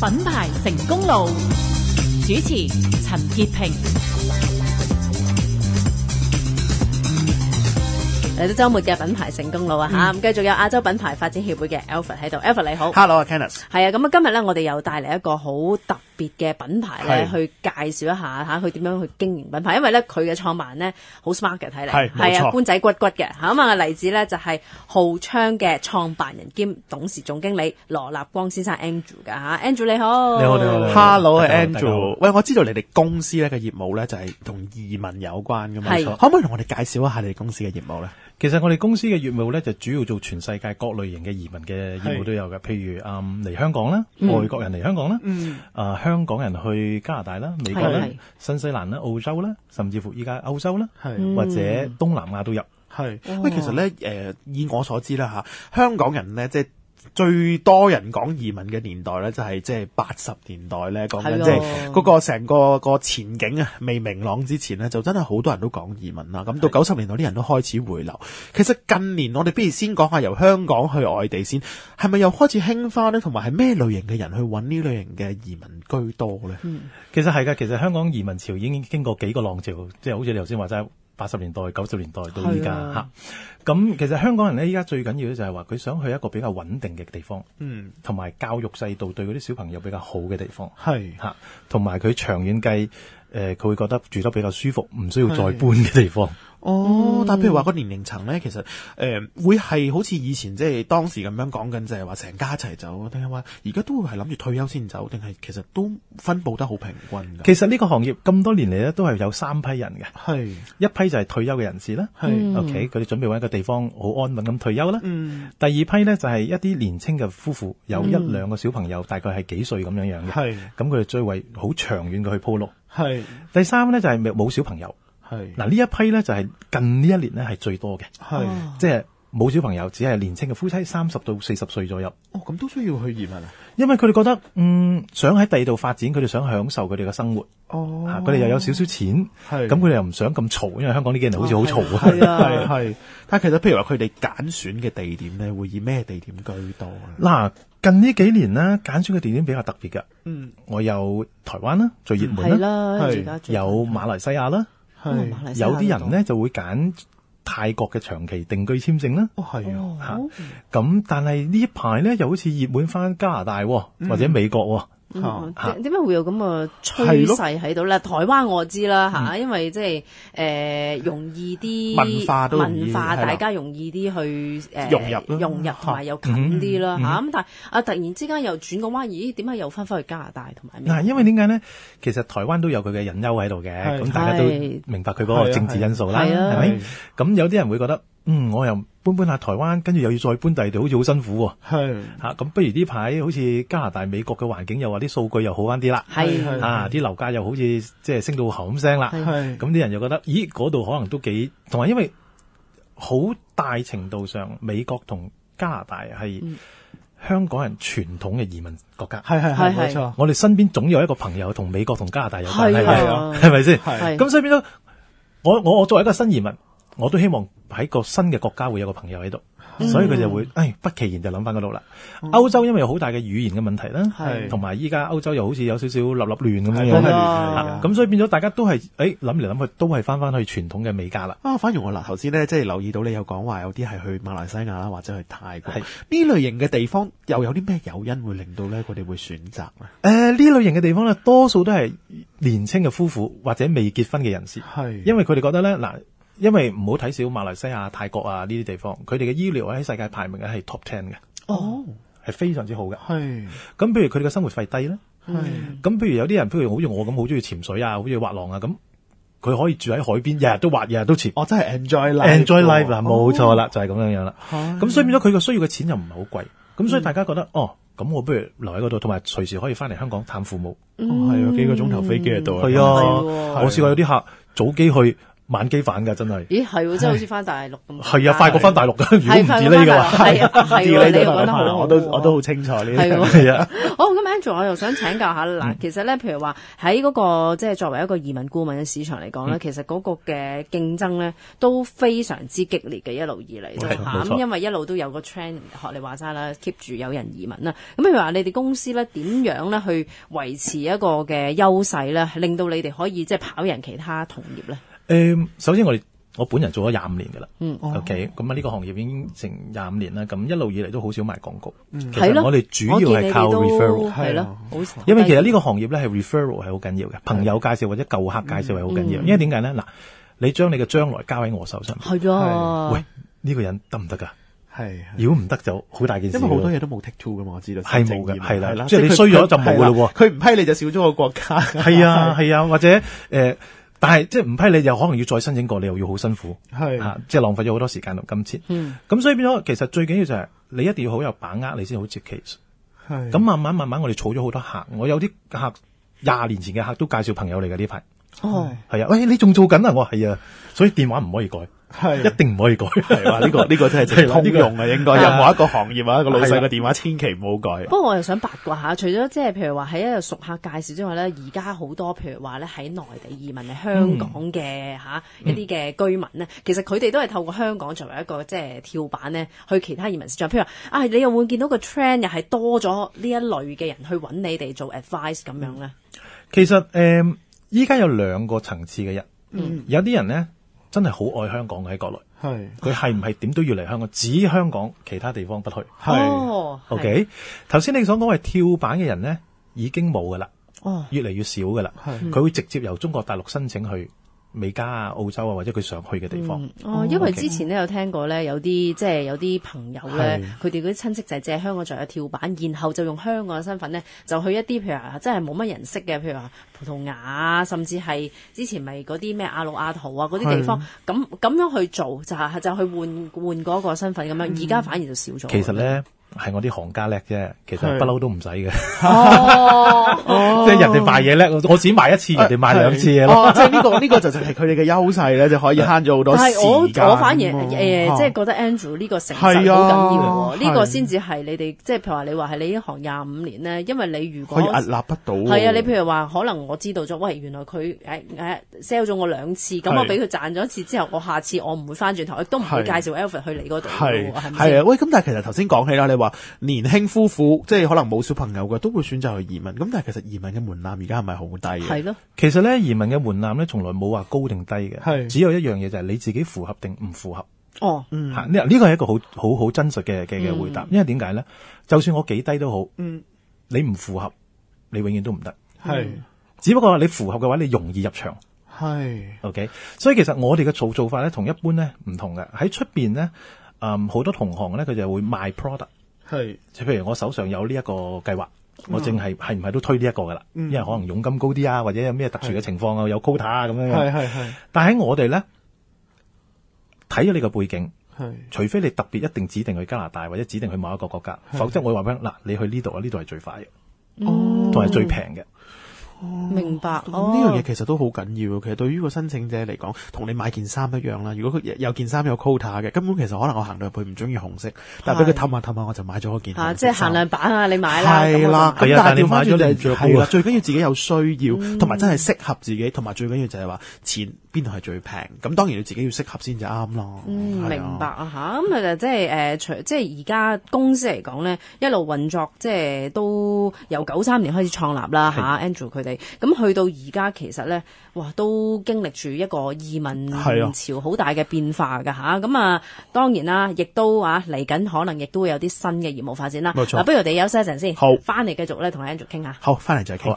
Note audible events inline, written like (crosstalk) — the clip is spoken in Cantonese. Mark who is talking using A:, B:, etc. A: 品牌成功路，主持陳潔平。
B: 嚟到周末嘅品牌成功
C: 嗯
B: 路啊吓，咁繼續有亞洲品牌發展協會嘅 Alfred 喺度，Alfred 你好。
D: Hello 啊，Kenneth。
B: 係啊，咁啊，今日咧，我哋又帶嚟一個好特別嘅品牌咧，
D: 係
B: 去介紹一下吓，佢點樣去經營品牌。因為咧，佢嘅創辦咧好 smart 嘅，睇嚟
D: 係冇
B: 啊，
D: 錯
B: 官仔骨骨嘅吓。咁啊，嚟自咧就係浩昌嘅創辦人兼董事總經理羅立光先生 Andrew 噶吓，Andrew 你好。
C: 你好你好你好
D: Hello 啊
C: 大家好大家好
D: ，Andrew。喂，我知道你哋公司咧嘅業務咧就係同移民有關噶嘛，
B: 係
D: 可唔可以同我哋介紹一下你哋公司嘅業務咧？
C: 其實我哋公司嘅業務咧，就主要做全世界各類型嘅移民嘅業務都有嘅，譬如嗯嚟香港啦，外國人嚟香港啦，
D: 嗯
C: 啊香港人去加拿大啦、美國啦
B: 係係、
C: 新西蘭啦、澳洲啦，甚至乎依家歐洲啦，
D: 係
C: 或者東南亞都有。
D: 係。喂，其實咧，誒，以我所知啦吓，香港人咧即係。最多人講移民嘅年代咧，就係即係八十年代咧，講
B: 係
D: 緊
B: 咯
D: 即係嗰個成個個前景啊未明朗之前咧，就真係好多人都講移民啦。咁到九十年代啲人都開始回流。其實近年我哋不如先講下由香港去外地先，係咪又開始興翻呢？同埋係咩類型嘅人去揾呢類型嘅移民居多咧？
C: 其實係㗎，其實香港移民潮已經經過幾個浪潮，即係好似你頭先話齋，八十年代、九十年代到依家
D: 啊
B: 係
C: 嚇。咁其實香港人咧，依家最緊要咧就係話佢想去一個比較穩定嘅地方，
D: 嗯，
C: 同埋教育制度對嗰啲小朋友比較好嘅地方。
D: 係
C: 嚇，同埋佢長遠計，誒、佢會覺得住得比較舒服，唔需要再搬嘅地方。
D: 哦，但係譬如話個年齡層咧，其實誒、呃、會係好似以前即係當時咁樣講緊，就係話成家一齊走，定係話而家都會係諗住退休先走，定係其實都分佈得好平均㗎。
C: 其實呢個行業咁多年嚟咧，都係有三批人嘅，
D: 係
C: 一批就係退休嘅人士啦。
D: 係
C: OK，佢哋準備揾一個地方好安穩咁退休啦。
D: 嗯
C: 第二批呢，就係一啲年青嘅夫婦，有一兩個小朋友，大概係幾歲咁樣樣嘅。
D: 係
C: 咁佢哋最為好長遠嘅去鋪路。
D: 係
C: 第三呢，就係冇小朋友。
D: 係
C: 嗱呢一批呢，就係近呢一年呢係最多嘅，
D: 係
C: 即係冇小朋友，只係年青嘅夫妻三十到四十歲左右。
D: 哦，咁都需要去移民啊？
C: 因為佢哋覺得嗯想喺第二度發展，佢哋想享受佢哋嘅生活，啊
D: 哦
C: 嚇佢哋又有少少錢，
D: 係
C: 咁佢哋又唔想咁嘈，因為香港呢幾年好似好嘈啊。
B: 係啊。
D: 係係，但係其實譬如話佢哋揀選嘅地點咧，會以咩地點居多咧？
C: 嗱，近呢幾年呢，揀選嘅地點比較特別嘅，
D: 嗯，
C: 我有台灣啦，最熱
B: 係嗯
C: 門啦，
B: 啦，
D: 係
B: 而家最
C: 有馬來西亞啦，
B: 哦
D: 係
B: 馬來西亞
C: 有啲
B: 嗰
C: 人
B: 度
C: 呢就會揀泰國嘅長期定居簽證啦。
D: 哦係啊，
C: 嚇咁但係呢一排呢，又好似熱門翻加拿大喎或者美國喎。
B: 嗯
D: 哦
C: 嚇
B: 點點解會有咁嘅趨
D: 係咯嗯
B: 勢喺度咧？台灣我知啦嚇，因為即係誒容易啲
D: 文化都容易
B: 文化
D: 係啦
B: 大家容易啲去誒
D: 融入嗯啦
B: 融入同埋又近啲啦嚇。咁但係啊，突然之間又轉個彎，咦？點解又翻返去加拿大同埋美國
C: 嗱，因為點解咧？其實台灣都有佢嘅隱憂喺度嘅，
D: 係
C: 咁大家都
B: 係
C: 明白佢嗰個政治因素啦，
B: 係啊
C: 係咪
D: 係？
C: 咁有啲人會覺得，嗯，我又搬搬下台灣，跟住又要再搬第二地，好似好辛苦喎。
D: 係
C: 嚇，咁不如呢排好似加拿大、美國嘅環境又話啲數據又好翻啲啦，
B: 係
D: 係
C: 啊，啲樓價又好似即係升到喉咁聲啦，
B: 係
D: 係
C: 咁啲人又覺得，咦，嗰度可能都幾，同埋因為好大程度上美國同加拿大係香港人傳統嘅移民國家。
D: 係
B: 係
D: 係
B: 係
D: 係冇錯，
C: 啊我哋身邊總有一個朋友同美國同加拿大有關係
B: 係啊
C: 㗎，係咪先？
B: 係
D: 係
C: 咁所以變咗，我我我作為一個新移民，我都希望喺個新嘅國家會有個朋友喺度，
B: 嗯
C: 所以佢就會，唉，不其然就諗翻嗰度啦。歐洲因為有好大嘅語言嘅問題啦
B: 係，
C: 同埋依家歐洲又好似有少少立立亂咁樣
D: 係都
C: 樣
D: 係
B: 係
C: 啦
B: 啊
D: 啊
C: 咁所以變咗大家都係，誒諗嚟諗去都係翻翻去傳統嘅美加啦。
D: 啊，反而我嗱頭先咧，即係留意到你有講話有啲係去馬來西亞啦，或者去泰國呢類型嘅地方，又有啲咩誘因會令到咧佢哋會選擇啊咧？
C: 誒
B: 嗯
C: 呢類型嘅地方咧，多數都係年青嘅夫婦或者未結婚嘅人士。
D: 係因
C: 因為佢哋覺得咧，嗱，因為唔好睇小馬來西亞、泰國啊呢啲地方，佢哋嘅醫療喺世界排名咧係 top ten 嘅，
D: 哦，
C: 係非常之好嘅。
D: 係
C: 咁譬如佢哋嘅生活費低咧，
D: 係
C: 嗯咁譬如有啲人，譬如好似我咁，好中意潛水啊，好中意滑浪啊，咁佢可以住喺海邊，日日都滑，日日都潛
D: 我真係 enjoy life
C: ，enjoy
D: 喎
C: life 啊啦，冇錯啦，就係咁樣樣啦。
D: 係
C: 咁所以變咗佢嘅需要嘅錢又唔係好貴，咁所以大家覺得哦，咁我不如留喺嗰度，同埋隨時可以翻嚟香港探父母。
D: 嗯哦係啊，幾個鐘頭飛機喺度
C: 係
B: 係
C: 啊
B: 喎，
C: 我試過有啲客早機去，晚機反㗎，真係。
B: 咦，係喎，真係好似翻大陸咁。
C: 係啊，快過翻大陸㗎， (laughs) 如果
B: 係
C: 唔
B: 快
C: 止
B: 過翻
C: 呢嘅
B: 大陸
C: 話。
B: 係啊，係喎，你又
D: 係啊
B: 講得好好喎，
D: 我都我都好清楚呢
B: 係
D: 啲。
B: 喎。
C: (laughs) 係啊，
B: 好，咁 Andrew，我又想請教下啦。
C: 嗯
B: 嗱，其實咧，譬如話喺嗰個即係作為一個移民顧問嘅市場嚟講
C: 嗯
B: 咧，其實嗰個嘅競爭咧都非常之激烈嘅，一路以嚟都
C: 係
B: 嚇。
C: 冇
B: 咁
C: 錯
B: 因為一路都有個 trend，學你話齋啦，keep 住有人移民啦。咁譬如話，你哋公司咧點樣咧去維持一個嘅優勢咧，令到你哋可以即係跑贏其他同業咧？
C: 誒，首先我哋我本人做咗廿五年㗎啦。
B: 嗯
C: OK，咁啊呢個行業已經成廿五年啦，咁一路以嚟都好少賣廣告。其
B: 嗯係
C: 實
B: 咯，
C: 我哋主要係靠
B: 我見你哋都
C: referral，
B: 係
D: 係
B: 咯
D: 啊，
B: 好
C: 因為其實呢個行業咧係 referral 係好緊要嘅，朋友介紹或者
B: 嗯
C: 舊客介紹係好緊要。因為點解咧？嗱，你將你嘅將來交喺我手上，
B: 係啊，
C: 喂呢個人得唔得㗎？
D: 係係
C: 如果唔得就好大件事
D: 因
C: 喎。
D: 為好多嘢都冇 take two 噶嘛，我知道真
C: 係
D: 正
C: 冇嘅
D: 意義
C: 係啦
D: 係
C: 即係你
D: 佢
C: 衰咗就
D: 佢
C: 冇㗎喇
D: 係
C: 喎
D: 佢唔批你就少咗個國家。係
C: 係
B: (laughs)
C: 啊，係啊，或者誒、呃但係即係唔批你，又可能要再申請過，你又要好辛苦，
D: 係
C: 啊即係浪費咗好多時間同金錢。
B: 嗯
C: 咁所以變咗，其實最緊要就係你一定要好有把握，你先好接 case。
D: 係
C: 咁慢慢慢慢，我哋儲咗好多客，我有啲客廿年前嘅客都介紹朋友嚟嘅呢排。
B: 哦。
C: 係啊，喂，你仲做緊啊？我話係啊，所以電話唔可以改，
D: 係
C: 一定唔可以改。 (laughs)
D: 係話呢個呢個真係
C: 係啦
D: 通
C: 呢個
D: 用啊，應該任何一個行業啊，一個老細個電話千祈唔好改。
B: 不過我又想八卦下，除咗即係譬如話喺一個熟客介紹之外咧，而家好多譬如話咧喺內地移民嚟香港嘅吓、一啲嘅居民咧，其實佢哋都係透過香港作為一個即係跳板咧，去其他移民市場。譬如話啊，你又會見到個 trend 又係多咗呢一類嘅人去揾你哋做 advice 咁樣咧？
C: 其實誒，依、家有兩個層次嘅人，有啲人咧真係好愛香港嘅喺國內，
D: 係
C: 佢係唔係點都要嚟香港，只香港其他地方不去。
D: 係
B: 哦
C: OK，頭先你所講係跳板嘅人呢，已經冇噶啦，
B: 哦，
C: 越嚟越少噶啦。
D: 係
C: 佢會直接由中國大陸申請去美加啊、澳洲啊，或者佢想去嘅
D: 嗯
C: 地方。
B: 哦，因為之前咧有聽過咧，有啲即係有啲朋友咧
D: 係，
B: 佢哋嗰啲親戚就係借香港作為跳板，然後就用香港嘅身份咧，就去一啲譬如話真係冇乜人識嘅，譬如話葡萄牙啊，甚至係之前咪嗰啲咩亞魯亞圖啊嗰啲地方，咁咁樣去做就係就去換換嗰個身份咁
D: 嗯
B: 樣，而家反而就少咗。
C: 其實，呢，係我啲行家叻啫，其實
D: 係
C: 不嬲都唔使嘅， (laughs)
B: 哦，啊
C: 即係人哋賣嘢叻，我只賣一次，人哋賣兩次嘢咯。
D: 哦，即係呢個 (laughs) 呢個就就係佢哋嘅優勢咧，就可以慳咗好多
B: 但
D: 時
B: 係我
D: 間
B: 我反而誒
D: 啊
B: 即係
D: 啊
B: 覺得 Andrew 呢個誠實好緊
D: 係啊
B: 要喎，呢個
D: 係
B: 先至係你哋即係譬如話你話係你呢行廿五年咧，因為你如
D: 可
B: 果
D: 以屹立不倒喎。
B: 係啊，你譬如話，可能我知道咗，喂，原來佢誒誒 sell 咗我兩次，咁我
D: 係
B: 俾佢賺咗一次之後，我下次我唔會翻轉頭，亦都唔會介
D: 係
B: 紹 Alfred 去你嗰度
D: 係
B: 嘅喎，哦係咪
D: 係
B: 先
D: 啊，喂！咁但係其實頭先講起啦，你話年輕夫婦即係可能冇小朋友嘅，都會選擇去移民。咁但係其實移民嘅門檻而家係咪好低啊嘅？
B: 係啊咯，
C: 其實呢，移民嘅門檻呢，從來冇話高定低嘅，
D: 係
C: 只有一樣嘢就係你自己符合定唔符合。
B: 哦，
C: 嚇呢呢個係一個好好好真實嘅嘅嘅回答，因為點解咧？就算我幾低都好，
D: 嗯，
C: 你唔符合，你永遠都唔得。
D: 係
C: 只不過你符合嘅話，你容易入場。
D: 係
B: 嗯
C: OK，所以其實我哋嘅做做法咧，同一般咧唔同嘅。喺出邊咧，嗯，好多同行咧，佢就會賣 product。
D: 係
C: 即係譬如我手上有呢一個計劃，我淨係係唔係都推呢一個㗎啦？因為可能佣金高啲啊，或者有咩特殊嘅情況啊，有 quota 啊咁樣樣。
D: 係係
C: 但喺我哋咧，睇咗你個背景。
D: 係
C: 除非你特別一定指定去加拿大或者指定去某一個國家，否則我會話俾你聽嗱，你去呢度啊，呢度係最快嘅，
B: 哦
D: 哦
C: 同埋最平嘅。
B: 明白哦
D: 呢樣嘢其實都好緊要，其實對於個申請者嚟講，同你買件衫一樣啦。如果佢有件衫有 quota 嘅，根本其實可能我行到入去唔中意紅色，但係俾佢
B: 係
D: 氹下氹下，我就買咗嗰件
B: 嚇，
D: 紅色
B: 即係限
D: 衫
B: 量版啊，你買啦，咁
D: 係
B: 我
D: 啦，
B: 就
C: 係
D: 咁
C: 啊
D: 但
C: 但係
D: 係
C: 你
D: 調翻轉
C: 買咗
D: 就
C: 你唔
D: 係
C: 着嘅
D: 係啦，
C: 喎
D: 最緊要自己有需
B: 嗯
D: 要，同埋真係適合自己，同埋最緊要就係話錢邊度係最平，咁當然你自己要適合先至啱咯。
B: 嗯，
D: 係啊
B: 明白。啊吓，咁啊即係誒，除即係而家公司嚟講咧，一路運作即係都由九三年開始創立啦吓 Andrew 佢哋，咁去到而家其實咧，哇都經歷住一個移民
D: 係啊
B: 潮好大嘅變化㗎吓，咁啊當然啦，亦都啊嚟緊可能亦都會有啲新嘅業務發展啦。
D: 冇錯
B: 嗱，不如我哋休息一陣先，
D: 好
B: 翻嚟繼續咧同 Andrew 傾下。
D: 好，翻嚟再傾。